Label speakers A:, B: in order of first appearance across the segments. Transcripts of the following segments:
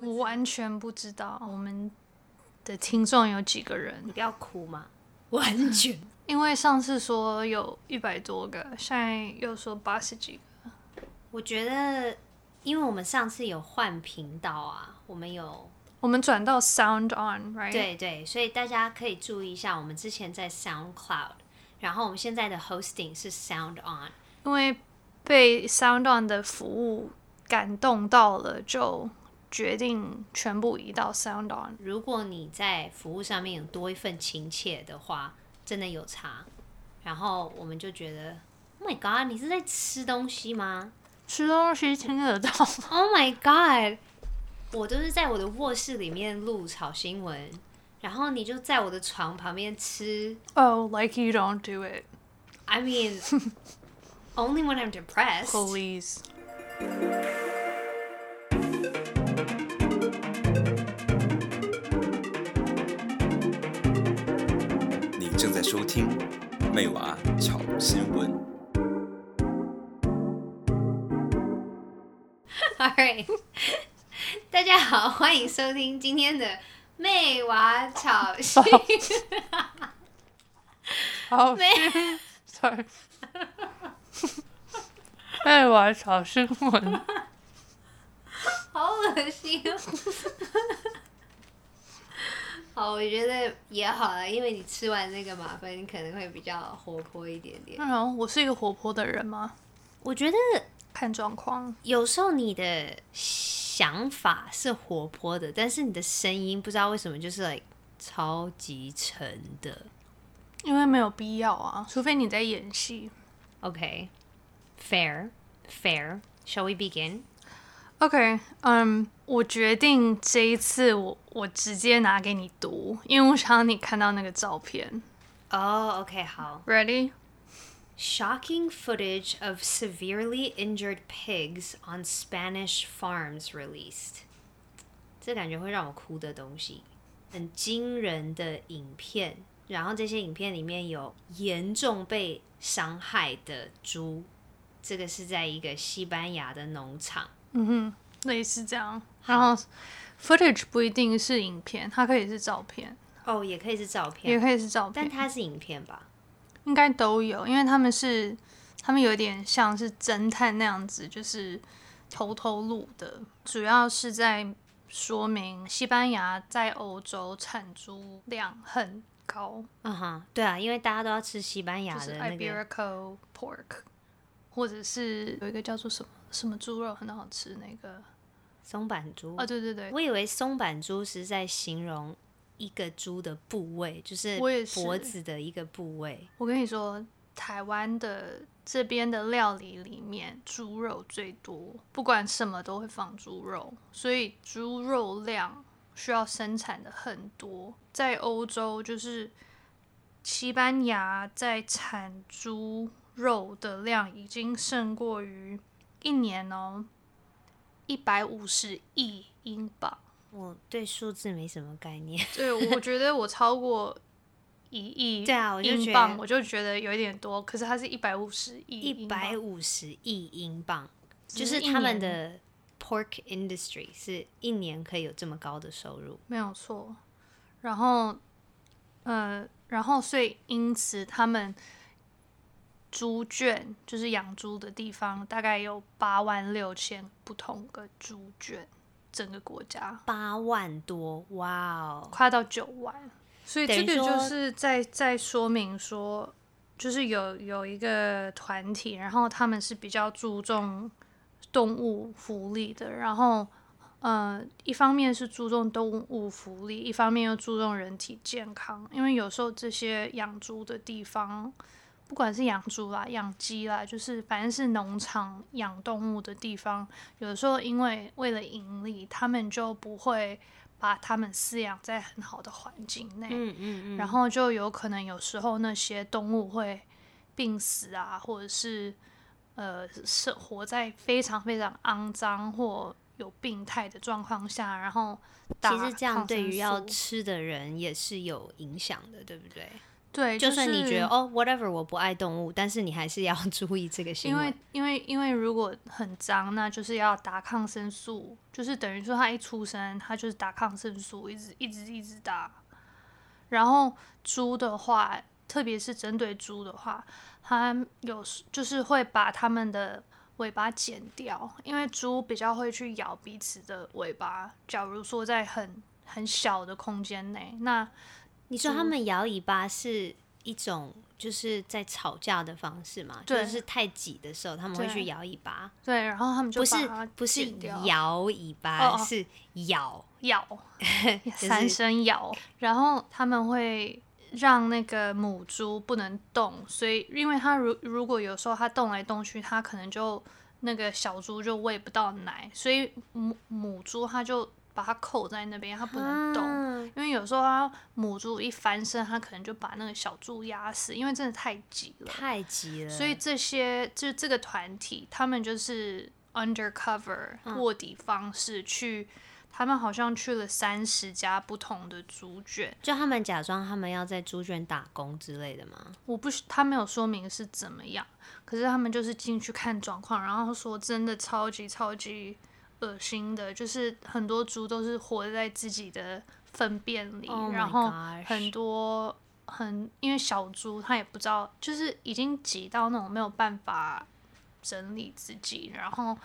A: 我完全不知道我们的听众有几个人
B: 你，不要哭嘛，完全
A: 因为上次说有一百多个，现在又说八十几个。
B: 我觉得，因为我们上次有换频道啊，我们有
A: 我们转到 Sound On，right？，
B: 对对，所以大家可以注意一下，我们之前在 SoundCloud，然后我们现在的 hosting 是 Sound On，
A: 因为被 Sound On 的服务感动到了，就决定全部移到 Sound On。
B: 如果你在服务上面有多一份亲切的话，真的有差。然后我们就觉得，Oh my God，你是在吃东西吗
A: 吃东西听得到吗？
B: ？Oh my God，我都是在我的卧室里面录炒新闻，然后你就在我的床旁边吃。
A: Oh, like you don't do it,
B: I mean, only when I'm depressed.
A: please.
C: 你正在收听《妹娃炒新闻》。
B: All right，大家好，欢迎收听今天的妹娃炒新 闻。
A: 好
B: 没
A: 心酸，爱玩小新闻。
B: 好恶心哦！ 好，我觉得也好了，因为你吃完那个马芬，你可能会比较活泼一点点。
A: 那然后我是一个活泼的人吗？
B: 我觉得
A: 看状况。
B: 有时候你的想法是活泼的，但是你的声音不知道为什么就是 like 超级沉的。
A: 因为没有必要啊，除非你在演戏。
B: OK，fair，fair、Shall we begin？
A: OK，嗯、我决定这一次我我直接拿给你读，因为我想让你看到那个照片。
B: 哦、o k 好。
A: Ready？
B: Shocking footage of severely injured pigs on Spanish farms released。这感觉会让我哭的东西，很惊人的影片。然后这些影片里面有严重被伤害的猪，这个是在一个西班牙的农场。
A: 类似这样。然后 footage 不一定是影片，它可以是照片，
B: 哦，也可以是照
A: 也
B: 片，
A: 可以是照
B: 但
A: 片，
B: 它是影片吧？
A: 应该都有，因为他们是他们有点像是侦探那样子，就是偷偷录的，主要是在说明西班牙在欧洲产猪量很高。
B: 嗯哼，对啊，因为大家都要吃西班牙
A: 就是
B: 的那个
A: Iberico pork，或者是有一个叫做什么什么猪肉很好吃那个
B: 松板猪。
A: 啊，对对对，
B: 我以为松板猪是在形容一个猪的部位，就是
A: 我也是
B: 脖子的一个部位。
A: 我跟你说，台湾的这边的料理里面猪肉最多，不管什么都会放猪肉，所以猪肉量需要生产的很多。在欧洲，就是西班牙在产猪肉的量已经胜过于一年哦，一百五十亿英镑。
B: 我对数字没什么概念。
A: 对，我觉得我超过一亿
B: 对啊我就觉
A: 英
B: 得
A: 镑，我就觉得有一点多。可是它是一百五十亿，
B: 一百，五十亿英镑，就
A: 只是
B: 是
A: 一
B: 他们
A: 年
B: 的 pork industry 是一年可以有这么高的收入。
A: 没有错。然后，呃，然后所以因此他们猪圈就是养猪的地方，大概有八万六千不同个猪圈，整个国家
B: 八万多，哇哦！
A: 快到九万。所以
B: 等
A: 这
B: 于
A: 个就
B: 说
A: 是在在说明说，就是有有一个团体，然后他们是比较注重动物福利的，然后呃，一方面是注重动物福利，一方面又注重人体健康，因为有时候这些养猪的地方。不管是养猪啦、养鸡啦，就是反正是农场养动物的地方，有的时候因为为了盈利，他们就不会把他们饲养在很好的环境内，
B: 嗯嗯嗯，
A: 然后就有可能有时候那些动物会病死啊，或者是呃生活在非常非常肮脏或有病态的状况下，然后打
B: 其实这样
A: 抗
B: 对
A: 生
B: 于要
A: 素
B: 吃的人也是有影响的，对不对？
A: 对，、
B: 就是算你觉得哦，whatever，我不爱动物，但是你还是要 注意这个新
A: 因为
B: 闻。
A: 因为因为如果很脏，那就是要打抗生素，就是等于说他一出生，他就是打抗生素，一直一直一直打。然后猪的话，特别是针对猪的话，它有时就是会把它们的尾巴剪掉，因为猪比较会去咬彼此的尾巴。假如说在很很小的空间内，那
B: 你说
A: 嗯
B: 他们摇尾巴是一种就是在吵架的方式嘛？就
A: 对
B: 是太挤的时候，他们会
A: 对
B: 去摇尾巴，
A: 对，然后它们就
B: 不是
A: 把它
B: 不是
A: 剪掉
B: 摇尾巴，
A: 哦哦
B: 是咬。
A: 咬，
B: 是
A: 三声咬，然后他们会让那个母猪不能动，所以因为它如如果有时候它动来动去，它可能就那个小猪就喂不到奶，所以母母猪它就把它扣在那边，它不能动。
B: 啊
A: 因为有时候它母猪一翻身，它可能就把那个小猪压死，因为真的太挤了。
B: 太急了，
A: 所以这些就这个团体，他们就是 undercover
B: 嗯
A: 卧底方式去，他们好像去了三十家不同的猪圈，
B: 就他们假装他们要在猪圈打工之类的嘛。
A: 我不是他没有说明是怎么样，可是他们就是进去看状况，然后说真的超级超级恶心的，就是很多猪都是活在自己的粪便里
B: Oh my
A: 哦然后
B: gosh
A: 很多。很，因为小猪它也不知道，就是已经挤到那种没有办法整理自己，然后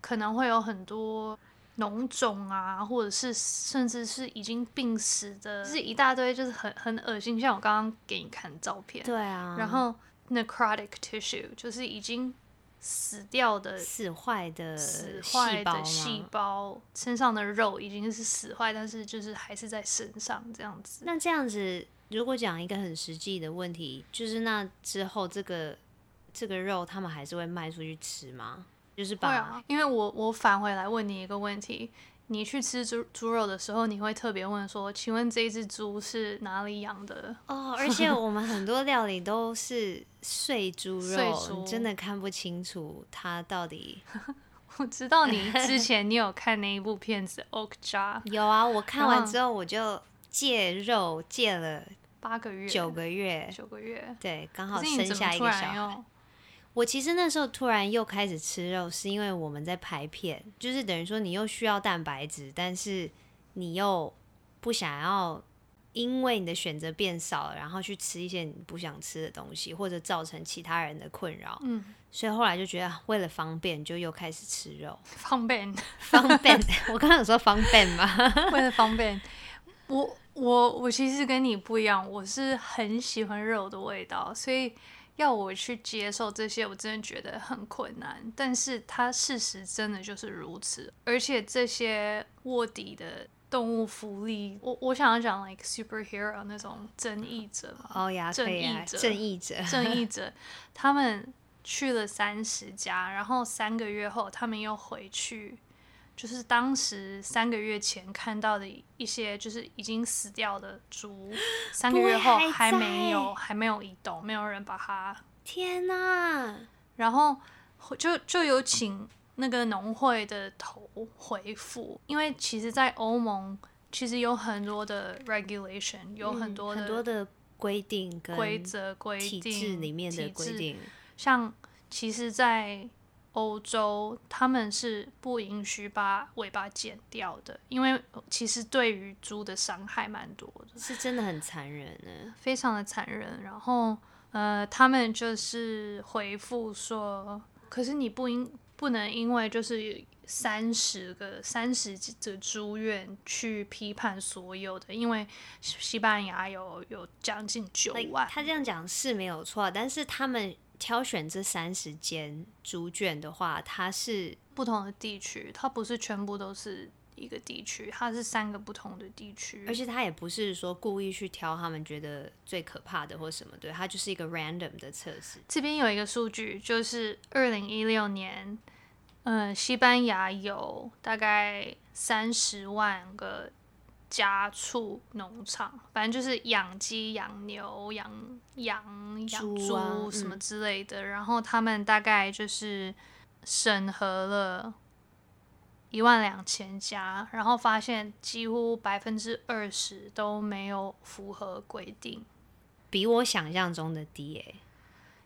A: 可能会有很多脓肿啊，或者是甚至是已经病死的，就是一大堆，就是很很恶心。像我刚刚给你看照片，
B: 对啊，
A: 然后 necrotic tissue 就是已经死掉的
B: 死坏的
A: 死
B: 细
A: 坏
B: 胞
A: 的
B: 吗
A: 细胞，身上的肉已经是死坏，但是就是还是在身上这样子。
B: 那这样子，如果讲一个很实际的问题，就是那之后这个这个肉他们还是会卖出去吃吗？就是把、
A: 对啊，因为我我返回来问你一个问题。你去吃猪猪肉的时候，你会特别问说：“请问这一只猪是哪里养的？”
B: 哦，而且我们很多料理都是碎猪肉，
A: 碎猪
B: 你真的看不清楚它到底
A: 我知道你之前你有看那一部片子《Oak Jar》
B: 有啊。我看
A: 然
B: 完
A: 后
B: 之后我就戒肉戒了
A: 八个月、
B: 九个月，
A: 九个月，
B: 对，刚
A: 可
B: 好
A: 是你
B: 生
A: 怎
B: 下
A: 么
B: 一
A: 突
B: 个小
A: 然
B: 孩。
A: 又
B: 我其实那时候突然又开始吃肉，是因为我们在拍片，就是等于说你又需要蛋白质，但是你又不想要，因为你的选择变少了，然后去吃一些你不想吃的东西，或者造成其他人的困扰，
A: 嗯
B: 所以后来就觉得啊为了方便，就又开始吃肉，
A: 方便，
B: 方便。 我刚刚有说方便吗？
A: 为了方便，我我我其实跟你不一样，我是很喜欢肉的味道，所以要我去接受这些，我真的觉得很困难。但是它事实真的就是如此，而且这些卧底的。动物福利，我我想要讲 like superhero 那种正义者嘛，
B: 哦呀，可以啊，
A: 正义者
B: 正义者，
A: 正义者，他们去了三十家，然后三个月后他们又回去，就是当时三个月前看到的一些就是已经死掉的猪，三个月后
B: 不会
A: 还
B: 还在
A: 没有还没有移动，没有人把它，
B: 天哪、
A: 然后就就有请那个农会的头回复，因为其实，在欧盟。其实有很多的 regulation，有很多
B: 嗯
A: 的
B: 很多的规定跟
A: 规则规
B: 体
A: 定
B: 制里面的
A: 体
B: 规
A: 制
B: 定。
A: 像其实，在欧洲，他们是不允许把尾巴剪掉的，因为其实对于猪的伤害蛮多的，
B: 是真的很残忍呢。
A: 非常的残忍。然后，呃，他们就是回复说，可是你不应不能因为就是三十个三十的猪院去批判所有的，因为西西班牙有有啊将近九
B: Like,
A: 万，
B: 他这样讲是没有错，啊但是他们挑选这三十间猪圈的话，它是
A: 不同的地区，它不是全部都是一个地区，它是三个不同的地区，
B: 而且他也不是说故意去挑他们觉得最可怕的或什么，对，它就是一个 random 的测试。
A: 这边有一个数据，就是二零一六年，呃，西班牙有大概三十万个家畜农场，反正就是养鸡、养牛、养羊、养
B: 猪啊嗯
A: 什么之类的。然后他们大概就是审核了一万两千家，然后发现几乎百分之二十都没有符合规定。
B: 比我想象中的低、欸，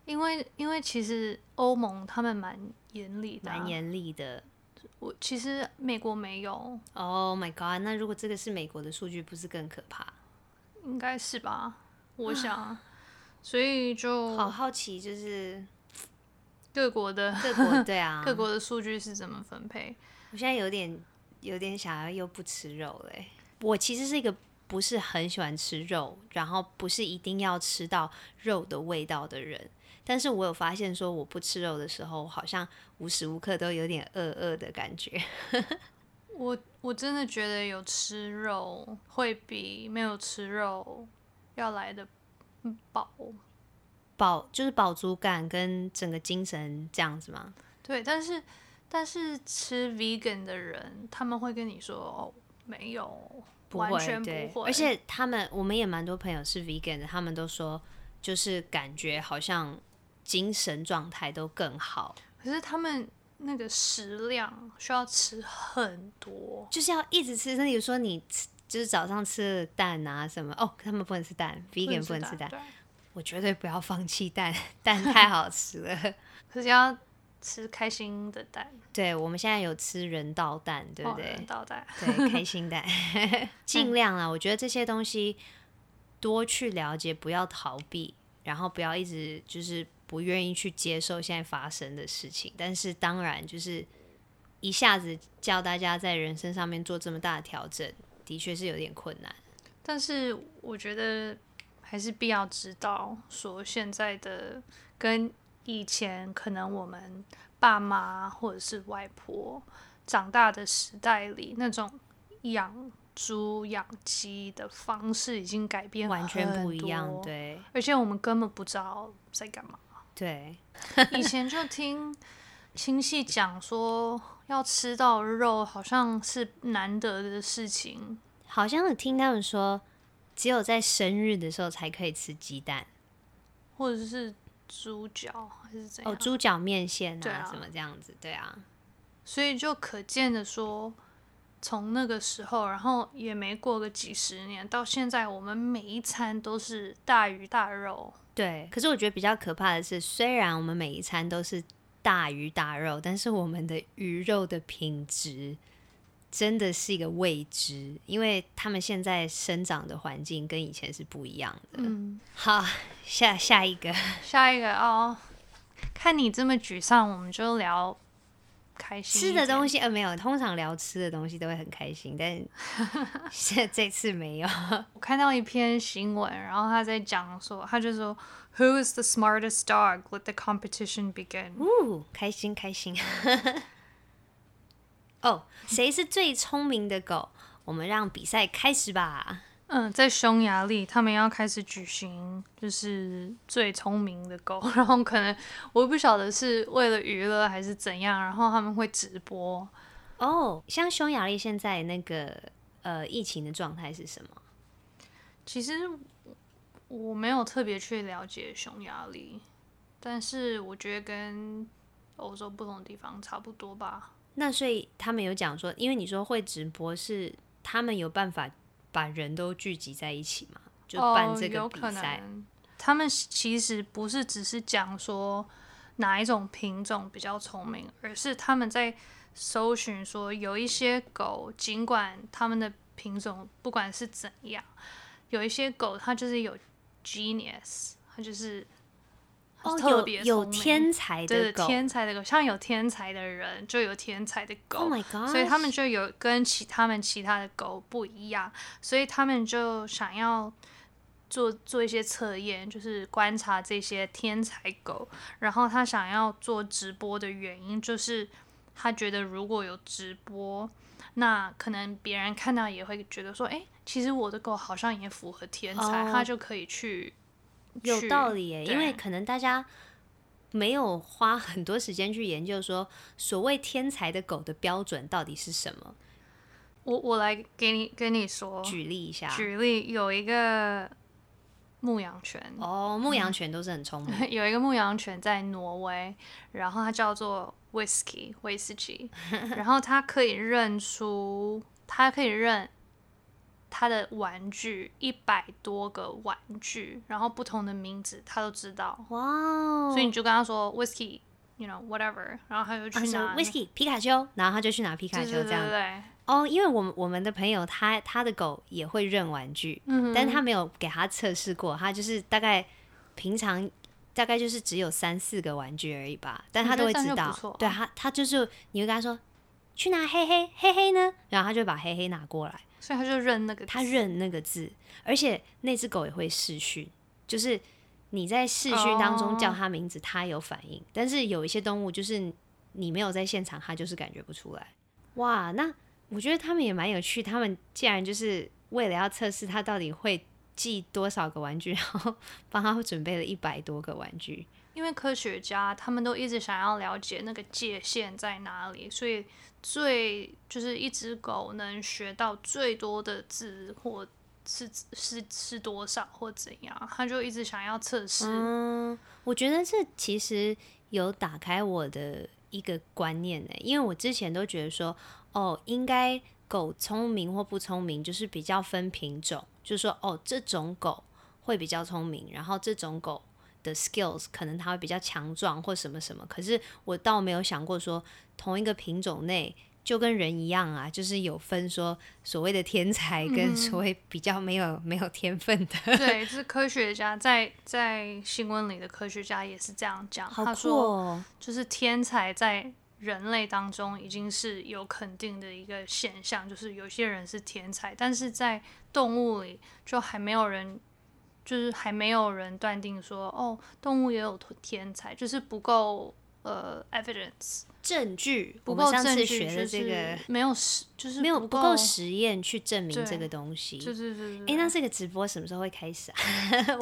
A: 因为因为其实欧盟他们蛮严厉的、啊，
B: 蛮。严厉的。
A: 我其实美国没有，
B: Oh my god！那如果这个是美国的数据，不是更可怕？
A: 应该是吧？我想，所以就
B: 啊好好奇，就是
A: 各国的
B: 各国对啊，
A: 各国的数据是怎么分配？
B: 我现在有点有点想要又不吃肉欸嘞、我其实是一个不是很喜欢吃肉，然后不是一定要吃到肉的味道的人。但是我有发现，说我不吃肉的时候，好像无时无刻都有点饿饿的感觉。
A: 我我真的觉得有吃肉会比没有吃肉要来的饱。
B: 饱就是饱足感跟整个精神这样子吗？
A: 对，但是但是吃 vegan 的人，他们会跟你说哦，没有，
B: 不
A: 完
B: 会，
A: 全不
B: 对
A: 会，
B: 而且他们，我们也蛮多朋友是 vegan 的，他们都说就是感觉好像精神状态都更好，
A: 可是他们那个食量需要吃很多，
B: 就是要一直吃。那比如说你吃，就是早上吃了蛋啊什么，哦，他们不能吃蛋，vegan 不能吃蛋，
A: 对
B: 我绝对不要放弃 蛋，蛋太好吃了。
A: 可是要吃开心的蛋，
B: 对，我们现在有吃人造蛋，对不
A: 哦
B: 对？
A: 人造蛋，
B: 对，开心 的，尽量啦。我觉得这些东西多去了解，不要逃避，然后不要一直就是不愿意去接受现在发生的事情。但是当然，就是一下子叫大家在人生上面做这么大的调整，的确是有点困难。
A: 但是我觉得还是必要知道说现在的跟以前可能我们爸妈或者是外婆长大的时代里，那种养猪养鸡的方式已经改变
B: 完全不一样
A: 很，多，
B: 对
A: 而且我们根本不知道在干嘛。
B: 对，
A: 以前就听亲戚讲说，要吃到肉好像是难得的事情，
B: 好像有听他们说，只有在生日的时候才可以吃鸡蛋。
A: 或者是猪脚还是怎样。
B: 哦，猪脚面线
A: 对啊
B: 啊，什么这样子，对啊，
A: 所以就可见的说，从那个时候，然后也没过个几十年，到现在，我们每一餐都是大鱼大肉。
B: 对，可是我觉得比较可怕的是，虽然我们每一餐都是大鱼大肉，但是我们的鱼肉的品质真的是一个未知，因为他们现在生长的环境跟以前是不一样的。
A: 嗯，
B: 好，下下一个，
A: 下一个哦，看你这么沮丧，我们就聊开心
B: 吃的
A: 西。
B: 东西呃没有，通常聊吃的东西都会很开 心，但这这次没有。
A: 我看到一篇新闻，然后他在讲说，他就说，Who is the smartest dog? Let the competition begin。
B: 呜， 开心开心。哦，谁是最聪明的狗？我们让比赛开始吧。
A: 嗯，在匈牙利，他们要开始举行就是最聪明的狗， 然后可能我不晓得是为了娱乐还是怎样，然后他们会直播。
B: 哦，像匈牙利现在那个呃疫情的状态是什么？
A: 其实我没有特别去了解匈牙利，但是我觉得跟欧洲不同地方差不多吧。
B: 那所以他们有讲说，因为你说会直播是他们有办法把人都聚集在一起嘛，就办这
A: 哦、
B: 个
A: 有
B: 比
A: 可
B: 赛。
A: 能他们其实不是只是讲说哪一种品种比较聪明，而是他们在搜寻说有一些狗，尽管它们的品种不管是怎样，有一些狗它就是有 genius，它就是
B: 哦，
A: 特
B: 有
A: 别
B: 有
A: 聪明
B: 天才
A: 对
B: 的
A: 对
B: 狗
A: 天才的狗，像有天才的人就有天才的狗。
B: ，Oh my god！
A: 所以他们就有跟其他们其他的狗不一样，所以他们就想要做做一些测验，就是观察这些天才狗。然后他想要做直播的原因，就是他觉得如果有直播，那可能别人看到也会觉得说，哎，其实我的狗好像也符合天才，
B: 哦
A: 他就可以去。
B: 有
A: 去
B: 道理耶，
A: 对
B: 因为可能大家没有花很多时间去研究说所谓天才的狗的标准到底是什么。
A: 我我来给你跟你说，
B: 举例一下，
A: 举例有一个牧羊犬，
B: 哦，牧
A: 嗯
B: 羊犬都是很聪明 的，
A: 有一个牧羊犬在挪威，然后它叫做 Whisky 威 士忌，然后它可以认出，它可以认他的玩具一百多个玩具，然后不同的名字他都知道，
B: 哇哦！
A: 所以你就跟他说 whiskey。You know whatever，然后他就
B: 啊
A: 去
B: 什
A: 拿
B: 么
A: 那
B: whisky 皮卡丘，然后他就去拿皮卡
A: 对
B: 丘
A: 对对
B: 这样
A: 对。对，
B: 哦，因为我们我们的朋友他他的狗也会认玩具，
A: 嗯
B: 但是他没有给他测试过，他就是大概平常大概就是只有三四个玩具而已吧，但
A: 我
B: 他
A: 觉得
B: 都会
A: 这样
B: 知
A: 就
B: 道
A: 不错，啊
B: 对他他就是你会跟他说去拿黑黑黑黑呢，然后他就把黑黑拿过来，
A: 所以他就认那个
B: 他认那个字，而且那只狗也会视讯，就是你在视讯当
A: 哦
B: 中叫它名字，它有反应。但是有一些动物就是你没有在现场，它就是感觉不出来。哇，那我觉得他们也蛮有趣，他们竟然就是为了要测试它到底会记多少个玩具，然后帮它准备了一百多个玩具。
A: 因为科学家他们都一直想要了解那个界限在哪里，所以最就是一只狗能学到最多的字或是是是多少或怎样，他就一直想要测试。
B: 嗯，我觉得这其实有打开我的一个观念呢，因为我之前都觉得说，哦，应该狗聪明或不聪明，就是比较分品种，就是说，哦，这种狗会比较聪明，然后这种狗的 skills 可能它会比较强壮或什么什么。可是我倒没有想过说，同一个品种内。就跟人一样啊，就是有分说所谓的天才跟所谓比较没有、没有天分 的，
A: 对，就是科学家在在新闻里的科学家也是这样讲，
B: 好
A: 他
B: 酷
A: 说
B: 哦！
A: 就是天才在人类当中已经是有肯定的一个现象，就是有些人是天才，但是在动物里就还没有人，就是还没有人断定说哦，动物也有天才，就是不够呃 evidence，
B: 证据，
A: 不
B: 我们
A: 够
B: 上
A: 证
B: 次
A: 据，
B: 学
A: 就
B: 的这个
A: 是没有实，就是
B: 没有
A: 不
B: 不够实验去证明
A: 对
B: 这个东西。
A: 对对对
B: 哎、
A: 对，
B: 那这个直播什么时候会开 始啊？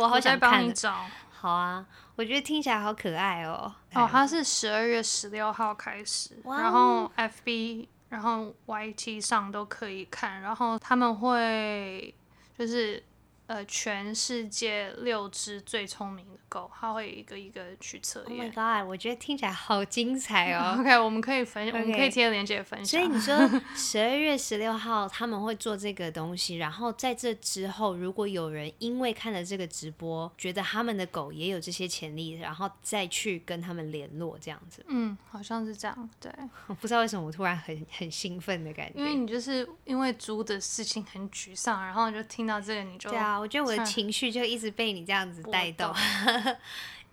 B: 我好
A: 我再
B: 想
A: 帮
B: 看
A: 你
B: 啊。
A: 找
B: 好啊，我觉得听起来好可爱哦。
A: 哦，它是十二月十六号开始，
B: 哇哦
A: 然后 FB，然后 YT 上都可以看，然后他们会就是呃全世界六只最聪明的狗，它会一个一个去测
B: Oh my
A: 验。
B: god！我觉得听起来好精彩 哦。
A: OK，我们可以分我们可以
B: OK
A: 贴链接分
B: 所以
A: 享。
B: 你说十二月十六号他们会做这个东西，然后在这之后，如果有人因为看了这个直播，觉得他们的狗也有这些潜力，然后再去跟他们联络，这样子。
A: 嗯，好像是这样，对，
B: 我不知道为什么我突然很很兴奋的感觉，
A: 因为你就是因为猪的事情很沮丧，然后就听到这个你就
B: 对啊，我觉得我的
A: 哦算
B: 情绪就一直被你这样子
A: 波
B: 带动
A: 动。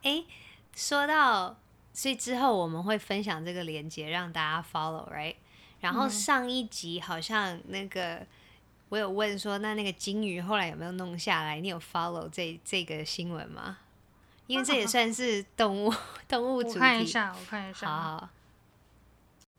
B: 哎、说到，所以之后我们会分享这个链接让大家 follow，right？
A: 嗯
B: 然后上一集好像那个、我有问说，那那个金鱼后来有没有弄下来？你有 follow 这这个新闻吗？因为这也算是动物、 动物主
A: 我
B: 题。
A: 看一下，我看一下，
B: 好，好，好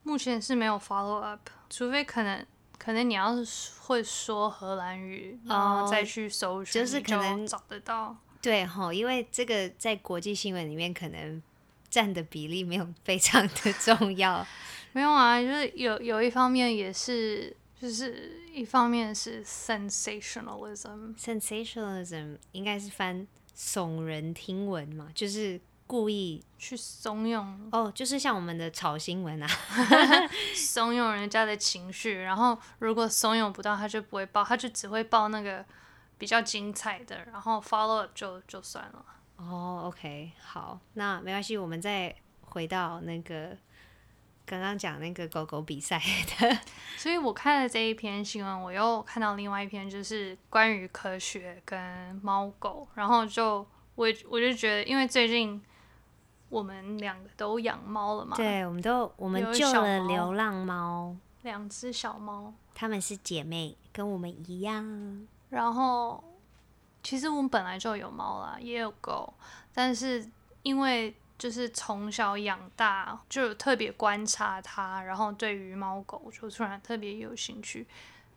A: 目前是没有 follow up，除非可能可能你要是会说荷兰语，然后再去搜寻，
B: 哦就是
A: 你
B: 可能
A: 找得到。
B: 对吼，因为这个在国际新闻里面可能占的比例没有非常的重要。
A: 没有啊，就是有有一方面也是，就是一方面是 sensationalism，
B: sensationalism 应该是翻耸人听闻嘛，就是故意
A: 去怂恿
B: 哦，就是像我们的炒新闻啊，
A: 怂恿人家的情绪，然后如果怂恿不到，他就不会报，他就只会报那个比较精彩的，然后 follow up 就就算了。
B: 哦，OK，好，那没关系，我们再回到那个刚刚讲那个狗狗比赛的，
A: 所以我看了这一篇新闻，我又看到另外一篇，就是关于科学跟猫狗，然后就我我就觉得，因为最近我们两个都养猫了嘛，，
B: 对，我们都我们
A: 有
B: 救
A: 小
B: 了
A: 猫
B: 流浪猫，
A: 两只小猫，
B: 它们是姐妹，跟我们一样，
A: 然后其实我们本来就有猫啦，也有狗，但是因为就是从小养大，就有特别观察它，然后对于猫狗就突然特别有兴趣。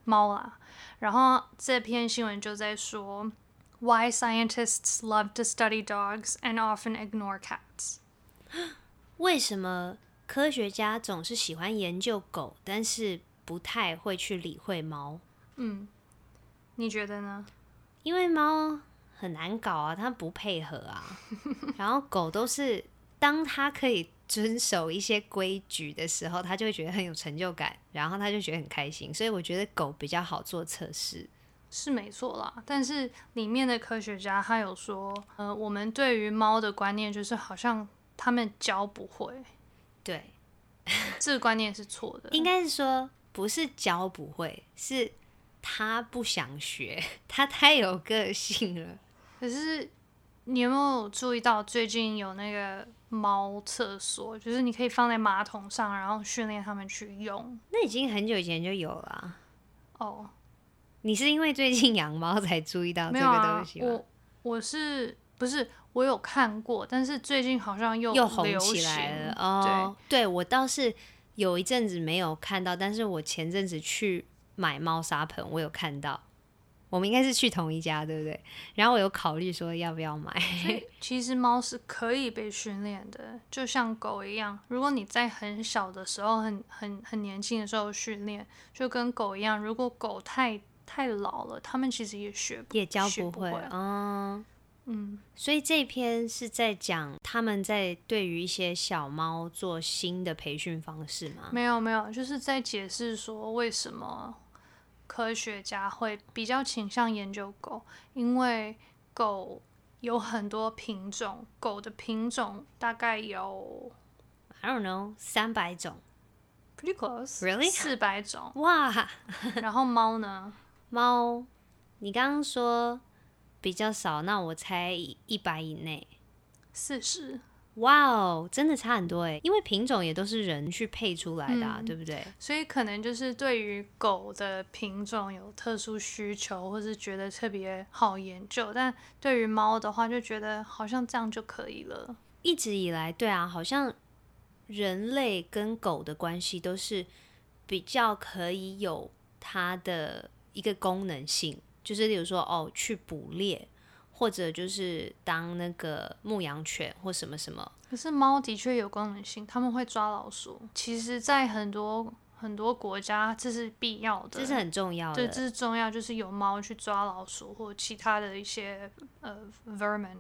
A: 猫啦，然后这篇新闻就在说，Why scientists love to study dogs and often ignore cats。
B: 为什么科学家总是喜欢研究狗，但是不太会去理会猫？
A: 嗯，你觉得呢？
B: 因为猫很难搞啊，它不配合 啊。然后狗都是，当它可以遵守一些规矩的时候，它就会觉得很有成就感，然后它就觉得很开心。所以我觉得狗比较好做测试。
A: 是没错啦，但是里面的科学家他有说，呃，我们对于猫的观念就是好像他们教不会，
B: 对，
A: 这个观念是错的。
B: 应该是说不是教不会，是他不想学， 他太有个性了。
A: 可是你有没有注意到最近有那个猫厕所，就是你可以放在马桶上，然后训练它们去用。
B: 那已经很久以前就有了啊、
A: 哦，
B: 你是因为最近养猫才注意哦到这
A: 没
B: 个
A: 有啊
B: 东，西吗？
A: 我我是不是我有看过？但是最近好像又
B: 又
A: 又
B: 红
A: 流
B: 起
A: 行
B: 来了哦。对，我倒是有一阵子没有看到，但是我前阵子去买猫砂盆，我有看到。我们应该是去同一家，对不对？然后我有考虑说要不要买，
A: 所以其实猫是可以被训练的，就像狗一样。如果你在很小的时候、很很很年轻的时候训练，就跟狗一样。如果狗太太老了，它们其实也学不
B: 也教
A: 学
B: 不
A: 不
B: 会
A: 会。
B: 嗯，
A: 嗯，
B: 所以这篇是在讲他们在对于一些小猫做新的培训方式吗？
A: 没有没有，就是在解释说为什么科学家会比较倾向研究狗，因为狗有很多品种，狗的品种大概有
B: I don't know，三百种
A: pretty close
B: Really？，
A: 四百种
B: 哇！
A: 然后猫呢？
B: 猫，你刚刚说比较少，那我猜一百以内。
A: 四十，
B: 哇哦，真的差很多哎，因为品种也都是人去配出来的、啊，
A: 嗯
B: 对不对？
A: 所以可能就是对于狗的品种有特殊需求，或是觉得特别好研究，但对于猫的话，就觉得好像这样就可以了。
B: 一直以来，对啊，好像人类跟狗的关系都是比较可以有它的一个功能性，就是例如说哦，去捕猎，或者就是当那个牧羊犬或什么什么。
A: 可是猫的确有功能性，它们会抓老鼠。其实，在很多很多国家，这是必要的，
B: 这是很重要的，
A: 对，这是重要，就是有猫去抓老鼠或其他的一些呃 vermin。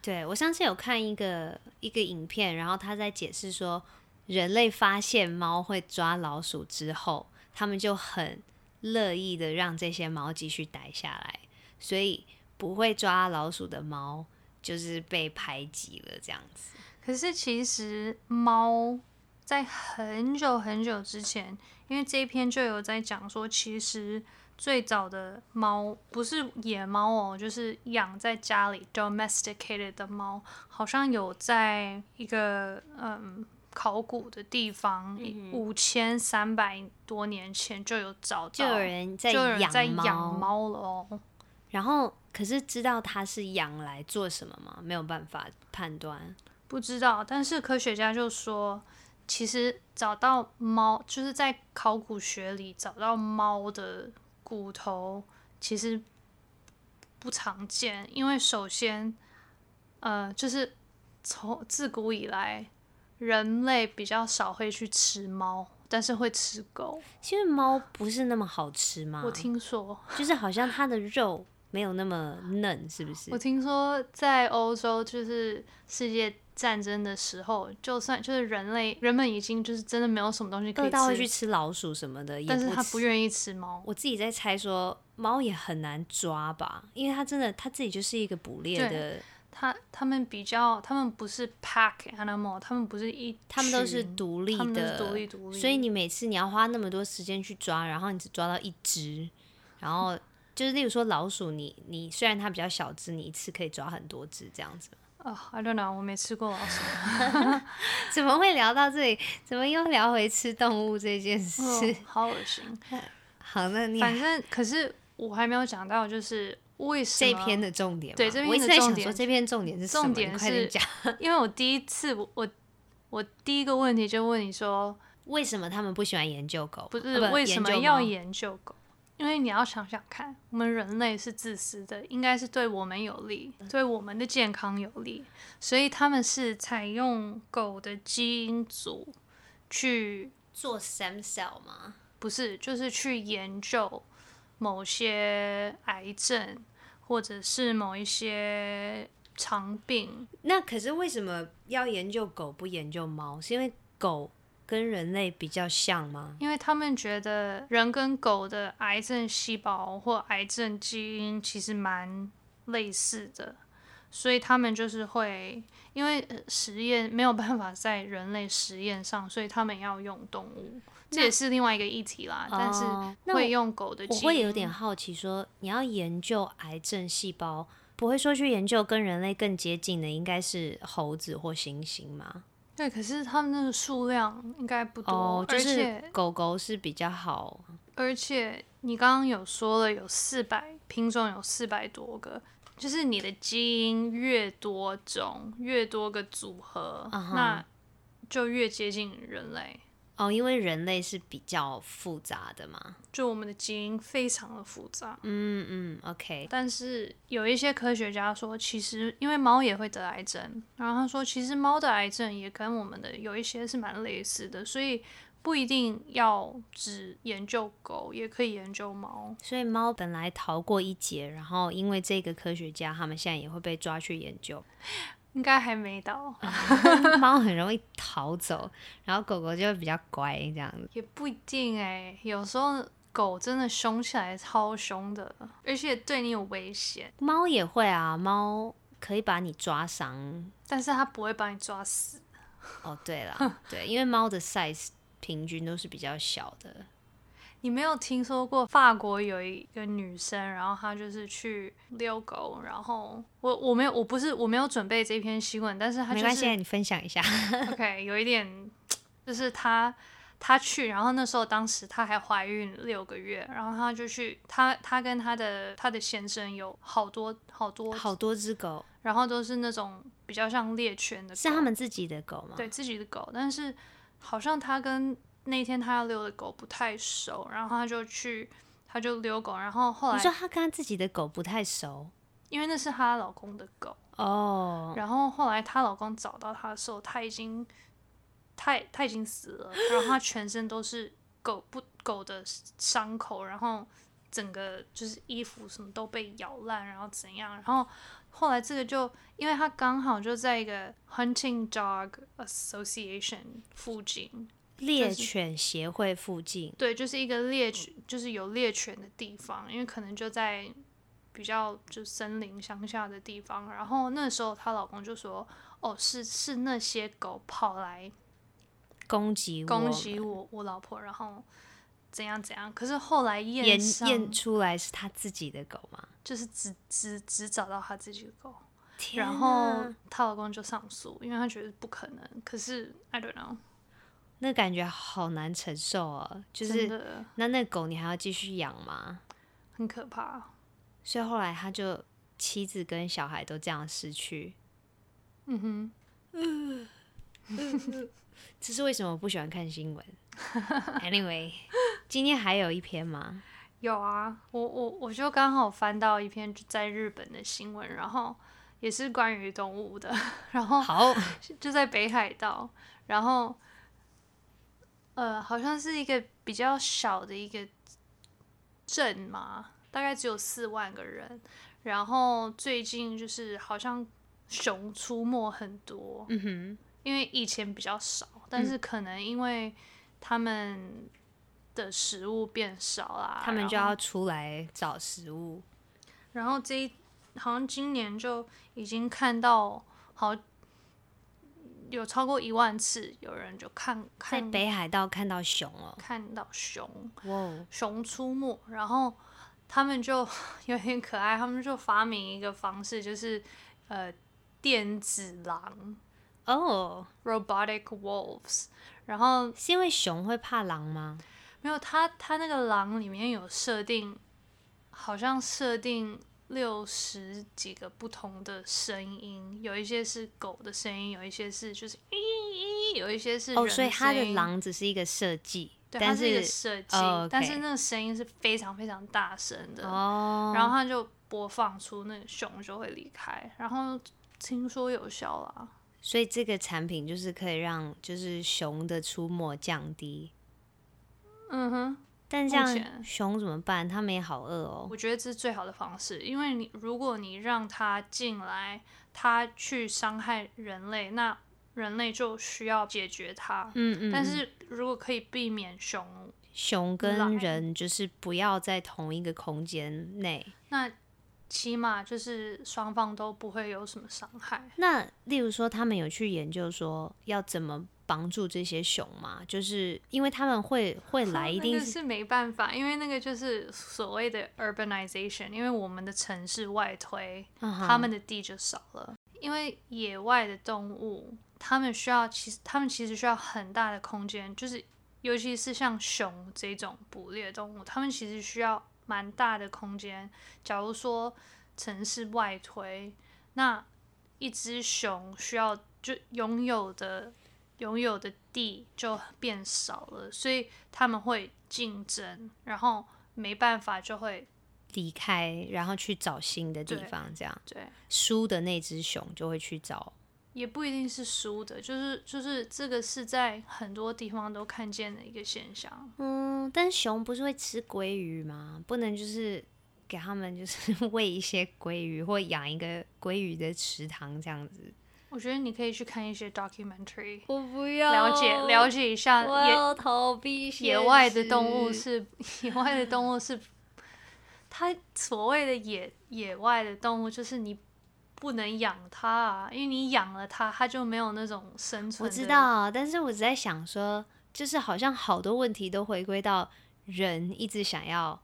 B: 对我上次有看一个一个影片，然后他在解释说，人类发现猫会抓老鼠之后，他们就很乐意的让这些猫继续待下来，所以不会抓老鼠的猫就是被排挤了这样子。
A: 可是其实猫在很久很久之前，因为这一篇就有在讲说，其实最早的猫不是野猫哦，就是养在家里 domesticated 的猫，好像有在一个嗯考古的地方，
B: 嗯
A: 五千三百多年前就有找到，
B: 就有人在
A: 哦就有人在
B: 养
A: 养猫了哦。
B: 然后可是知道它是养来做什么吗？没有办法判断。
A: 不知道，但是科学家就说，其实找到猫，就是在考古学里找到猫的骨头，其实不常见，因为首先，呃，就是从自古以来，人类比较少会去吃猫，但是会吃狗。
B: 是因为猫不是那么好吃吗？
A: 我听说，
B: 就是好像它的肉没有那么嫩，是不是？
A: 我听说在欧洲，就是世界战争的时候，就算就是人类人们已经就是真的没有什么东西可
B: 饿
A: 以
B: 到会
A: 吃
B: 去。吃老鼠什么的，也
A: 但是
B: 不
A: 他
B: 吃
A: 不愿意吃猫。
B: 我自己在猜说，猫也很难抓吧，因为它真的它自己就是一个捕猎
A: 对
B: 的，
A: 他他们比较，他们不是 pack animal，他们不是一群，
B: 它们都是独立
A: 他们都是
B: 的，
A: 独立独立。
B: 所以你每次你要花那么多时间去抓，然后你只抓到一只，然 后就是例如说老鼠你，你虽然它比较小只，你一次可以抓很多只这样子。
A: 啊、i don't know，我没吃过老鼠。
B: 怎么会聊到这里？怎么又聊回吃动物这件事？
A: 哦好恶心。
B: 好，那你
A: 反正可是我还没有讲到，就是为什
B: 这
A: 么
B: 一篇的重点嘛，
A: 对这篇
B: 我一直
A: 的
B: 在
A: 重
B: 想说
A: 点
B: 这篇重点是什么
A: 重
B: 你
A: 点
B: 快点
A: 是
B: 讲。
A: 因为我第一次我我我第一个问题就问你说，
B: 为什么他们不喜欢研究狗？
A: 不是
B: 呃
A: 为什么要
B: 研究猫？
A: 研究狗？因为你要想想看，我们人类是自私的，应该是对我们有利，
B: 嗯
A: 对我们的健康有利，所以他们是采用狗的基因组去，
B: 做 stem cell 吗？
A: 不是就是去研究某些癌症，或者是某一些长病。
B: 那可是为什么要研究狗不研究猫？是因为狗跟人类比较像吗？
A: 因为他们觉得人跟狗的癌症细胞或癌症基因其实蛮类似的，所以他们就是会因为呃实验没有办法在人类实验上，所以他们要用动物，这也是另外一个议题啦。但
B: 哦
A: 是
B: 那我
A: 会用狗的基
B: 我
A: 因，
B: 会有点好奇说，你要研究癌症细胞，不会说去研究跟人类更接近的，应该是猴子或猩猩吗？
A: 对，可是他们那个数量应该不多，
B: 哦，就
A: 而
B: 是
A: 且
B: 狗狗是比较好，
A: 而且你刚刚有说了，有四百品种，有四百多个，就是你的基因越多种，越多个组合
B: 嗯哼
A: 那就越接近人类。
B: 哦，因为人类是比较复杂的嘛。
A: 就我们的基因非常的复杂，
B: 嗯嗯，OK，
A: 但是有一些科学家说，其实因为猫也会得癌症，然后他说其实猫的癌症也跟我们的有一些是蛮类似的，所以不一定要只研究狗，也可以研究猫。
B: 所以猫本来逃过一劫，然后因为这个科学家，他们现在也会被抓去研究。
A: 应该还没到，
B: 猫很容易逃走，然后狗狗就会比较乖这样子。
A: 也不一定哎、有时候狗真的凶起来超凶的，而且对你有危险，
B: 猫也会啊，猫可以把你抓伤。
A: 但是它不会把你抓死。
B: 哦，对啦，对，因为猫的 size 平均都是比较小的。
A: 你没有听说过法国有一个女生，然后她就是去遛狗，然后我我没有我不是我没有准备这篇新闻，但是她
B: 没
A: 就
B: 关
A: 是
B: 系，你分享一下。
A: OK 有一点就是她她去，然后那时候当时她还怀孕六个月，然后她就去她她跟她的她的先生有好多好多
B: 好多只狗
A: 然后都是那种比较像猎犬的狗，
B: 是他们自己的狗吗？，
A: 对自己的狗，但是好像他跟那天他要遛的狗不太熟，然后他就去他就遛狗，然后后
B: 你说
A: 来
B: 他跟他自己的狗不太熟
A: 因为那是她老公的狗，
B: 哦，
A: 然后后来她老公找到她的时候，她已经她她已经死了，然后她全身都是狗不狗的伤口，然后整个就是衣服什么都被咬烂，然后怎样，然后后来这个就因为她刚好就在一个 hunting dog association 附近，
B: 猎犬协会附近。
A: 对，就是一个猎犬，就是有猎犬的地方，因为可能就在比较就森林乡下的地方。然后那时候她老公就说：“哦，是是那些狗跑来
B: 攻击我
A: 攻
B: 们
A: 击我我老婆，然后怎样怎样。”可是后来验
B: 验
A: 上
B: 验出来是他自己的狗吗？
A: 就是只只只找到她自己的狗，
B: 天
A: 然后
B: 哪
A: 她老公就上诉，因为他觉得不可能。可是 I don't know，
B: 那感觉好难承受哦，就
A: 真
B: 是
A: 的
B: 那那狗你还要继续养吗？
A: 很可怕。
B: 所以后来他就妻子跟小孩都这样失去。
A: 嗯哼。
B: 这是为什么我不喜欢看新闻 ？Anyway，今天还有一篇吗？
A: 有啊，我我我就刚好翻到一篇在日本的新闻，然后也是关于动物的， 然后
B: 好，
A: 就在北海道，然后呃，好像是一个比较小的一个镇嘛，大概只有四万个人，然后最近就是好像熊出没很多，
B: 嗯哼，嗯
A: 因为以前比较少，但是可能因为他们的食物变少啦，
B: 他们就
A: 然后
B: 要出来找食物。
A: 然后这一好像今年就已经看到好有超过一万次，有人就看
B: 在
A: 看
B: 北海道看到熊哦，
A: 看到熊
B: 哇哦，
A: 熊出没，然后他们就 有点可爱，他们就发明一个方式，就是呃电子狼
B: 哦，
A: （robotic wolves），然后
B: 是因为熊会怕狼吗？
A: 没有，它它那个狼里面有设定，好像设定六十几个不同的声音，有一些是狗的声音，有一些是就是咦咦，有一些是
B: 哦，
A: 人
B: 所以它
A: 声
B: 的
A: 音，
B: 狼只是一个设计，
A: 对，
B: 但
A: 它是一个设计，
B: 哦，OK
A: 但是那个声音是非常非常大声的，
B: 哦，
A: 然后它就播放出那个熊就会离开，然后听说有效啦，
B: 所以这个产品就是可以让就是熊的出没降低。
A: 嗯哼。
B: 但这
A: 目
B: 样
A: 前
B: 熊怎么办？它们也好饿哦
A: 我。觉得这是最好的方式，因为你如果你让它进来，它去伤害人类，那人类就需要解决它。
B: 嗯嗯，
A: 但是如果可以避免熊，
B: 熊跟
A: 狼
B: 人就是不要在同一个空间内。
A: 那起码就是双方都不会有什么伤害。
B: 那例如说，他们有去研究说要怎么帮助这些熊吗？就是因为他们会会来，一
A: 啊那个
B: 定
A: 是没办法，因为那个就是所谓的 urbanization，因为我们的城市外推，
B: 嗯哼
A: 他们的地就少了。因为野外的动物，它们需要其实它们其实需要很大的空间，就是尤其是像熊这种捕猎动物，它们其实需要蛮大的空间。假如说城市外推，那一只熊需要就拥有的拥有的地就变少了，所以他们会竞争，然后没办法就会
B: 离开，然后去找新的地
A: 对
B: 方，这样
A: 对。
B: 输的那只熊就会去找。
A: 也不一定是输的，就是就是这个是在很多地方都看见的一个现象。
B: 嗯，但熊不是会吃鲑鱼吗？不能就是给他们就是 喂一些鲑鱼，或养一个鲑鱼的池塘这样子。
A: 我觉得你可以去看一些 documentary，
B: 我不要
A: 了解了
B: 解，
A: 解一下
B: 我
A: 野
B: 要逃避
A: 野外的动物是 野外的动物是，它所谓的野野外的动物就是你不能养它、啊，因为你养了它，它就没有那种生存。
B: 我知，道，但是我只在想说，就是好像好多问题都回归到人一直想要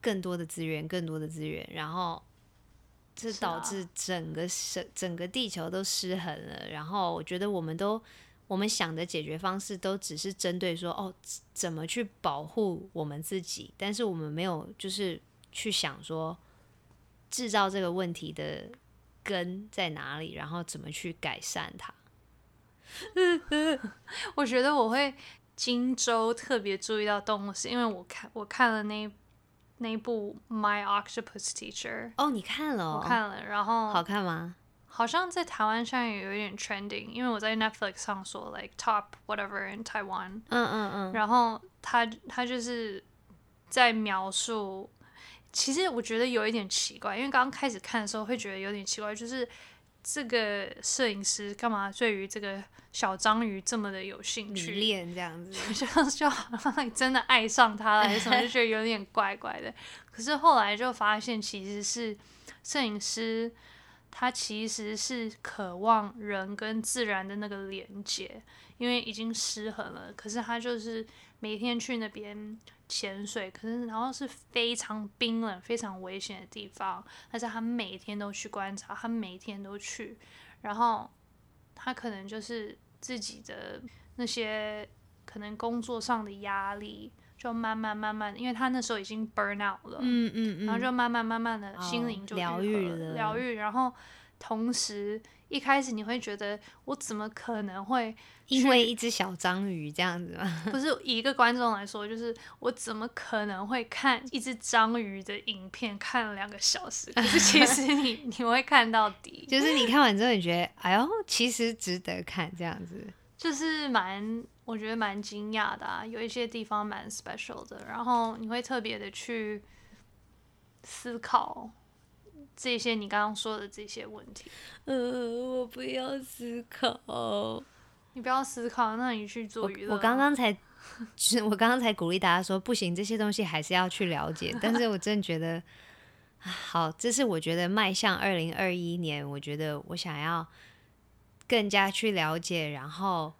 B: 更多的资源，更多的资源，然后这
A: 是
B: 导
A: 啊
B: 致整个整整个地球都失衡了。然后我觉得我们都我们想的解决方式都只是针对说哦怎怎么去保护我们自己，但是我们没有就是去想说制造这个问题的根在哪里，然后怎么去改善它。
A: 我觉得我会荆州特别注意到动物，是因为我看我看了那那一部《My Octopus Teacher》。
B: 哦，你看了、哦？
A: 我看了，然后
B: 好看吗？
A: 好像在台湾现在有一点 trending，因为我在 Netflix 上说 like top whatever in Taiwan，
B: 嗯嗯嗯，
A: 然后他他就是在描述，其实我觉得有一点奇怪，因为刚开始看的时候会觉得有点奇怪，就是这个摄影师干嘛对于这个小章鱼这么的有兴
B: 迷
A: 趣？
B: 恋这样子。
A: 就就好像 真的爱上他了，还是什么，就觉得有点怪怪的。可是后来就发现，其实是摄影师他其实是渴望人跟自然的那个连接，因为已经失衡了。可是他就是每天去那边潜水，可是然后是非常冰冷、非常危险的地方，但是他每天都去观察，他每天都去，然后他可能就是自己的那些可能工作上的压力，就慢慢慢慢，因为他那时候已经 burn out 了，
B: 嗯嗯嗯
A: 然后就慢慢慢慢的
B: 哦
A: 心灵就愈
B: 疗
A: 合
B: 愈
A: 了
B: 了
A: 疗愈，然后同时一开始你会觉得我怎么可能 会
B: 因为一只小章鱼这样子嘛。
A: 不是以一个观众来说，就是我怎么可能会看一只章鱼的影片看了两个小时？可是其实你你 会看到底，
B: 就是你看完之后，你觉得，哎呦，其实值得看这样子。
A: 就是蛮我觉得蛮惊讶的啊，有一些地方蛮 special 的，然后你会特别的去思考这些你刚刚说的这些问题。
B: 嗯，我不要思考。我
A: 你不要思考，那你去做娱乐。
B: 我刚刚才，就是我刚刚才鼓励大家说，不行，这些东西还是要去了解。但是我真的觉得，啊好，这是我觉得迈向二零二一年，我觉得我想要更加去了解，然后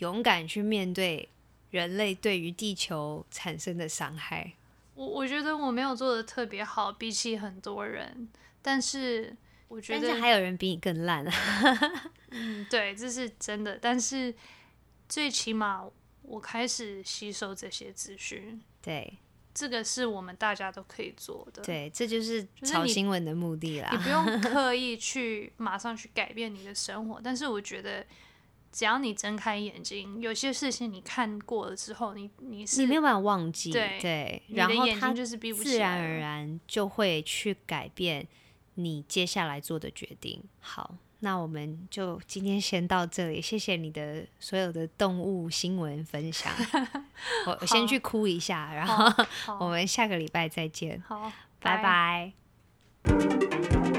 B: 勇敢去面对人类对于地球产生的伤害。
A: 我我觉得我没有做的特别好，比起很多人，但是我觉
B: 但
A: 得
B: 是还有人比你更烂啊！
A: 嗯，对，这是真的。但是最起码我开始吸收这些资讯，
B: 对
A: 这个是我们大家都可以做的。，
B: 对，啊这就是
A: 是
B: 炒
A: 你
B: 新闻的目的
A: 你
B: 啦。
A: 不用 刻意去马上去改变你的生活，但是我觉得只要你睁开眼睛，有些事情你看过了之后，你你是
B: 你没有办法忘记，
A: 对
B: 对，
A: 你
B: 然
A: 的
B: 后
A: 眼
B: 它
A: 睛就是闭不
B: 自
A: 起啊
B: 然
A: 来
B: 而
A: 了
B: 然就会去改变你接下来做的决定。好，那我们就今天先到这里，谢谢你的所有的动物新闻 分享。我我先去哭一下，然后
A: 好
B: 我们下个礼拜再见，
A: 好，
B: 拜拜。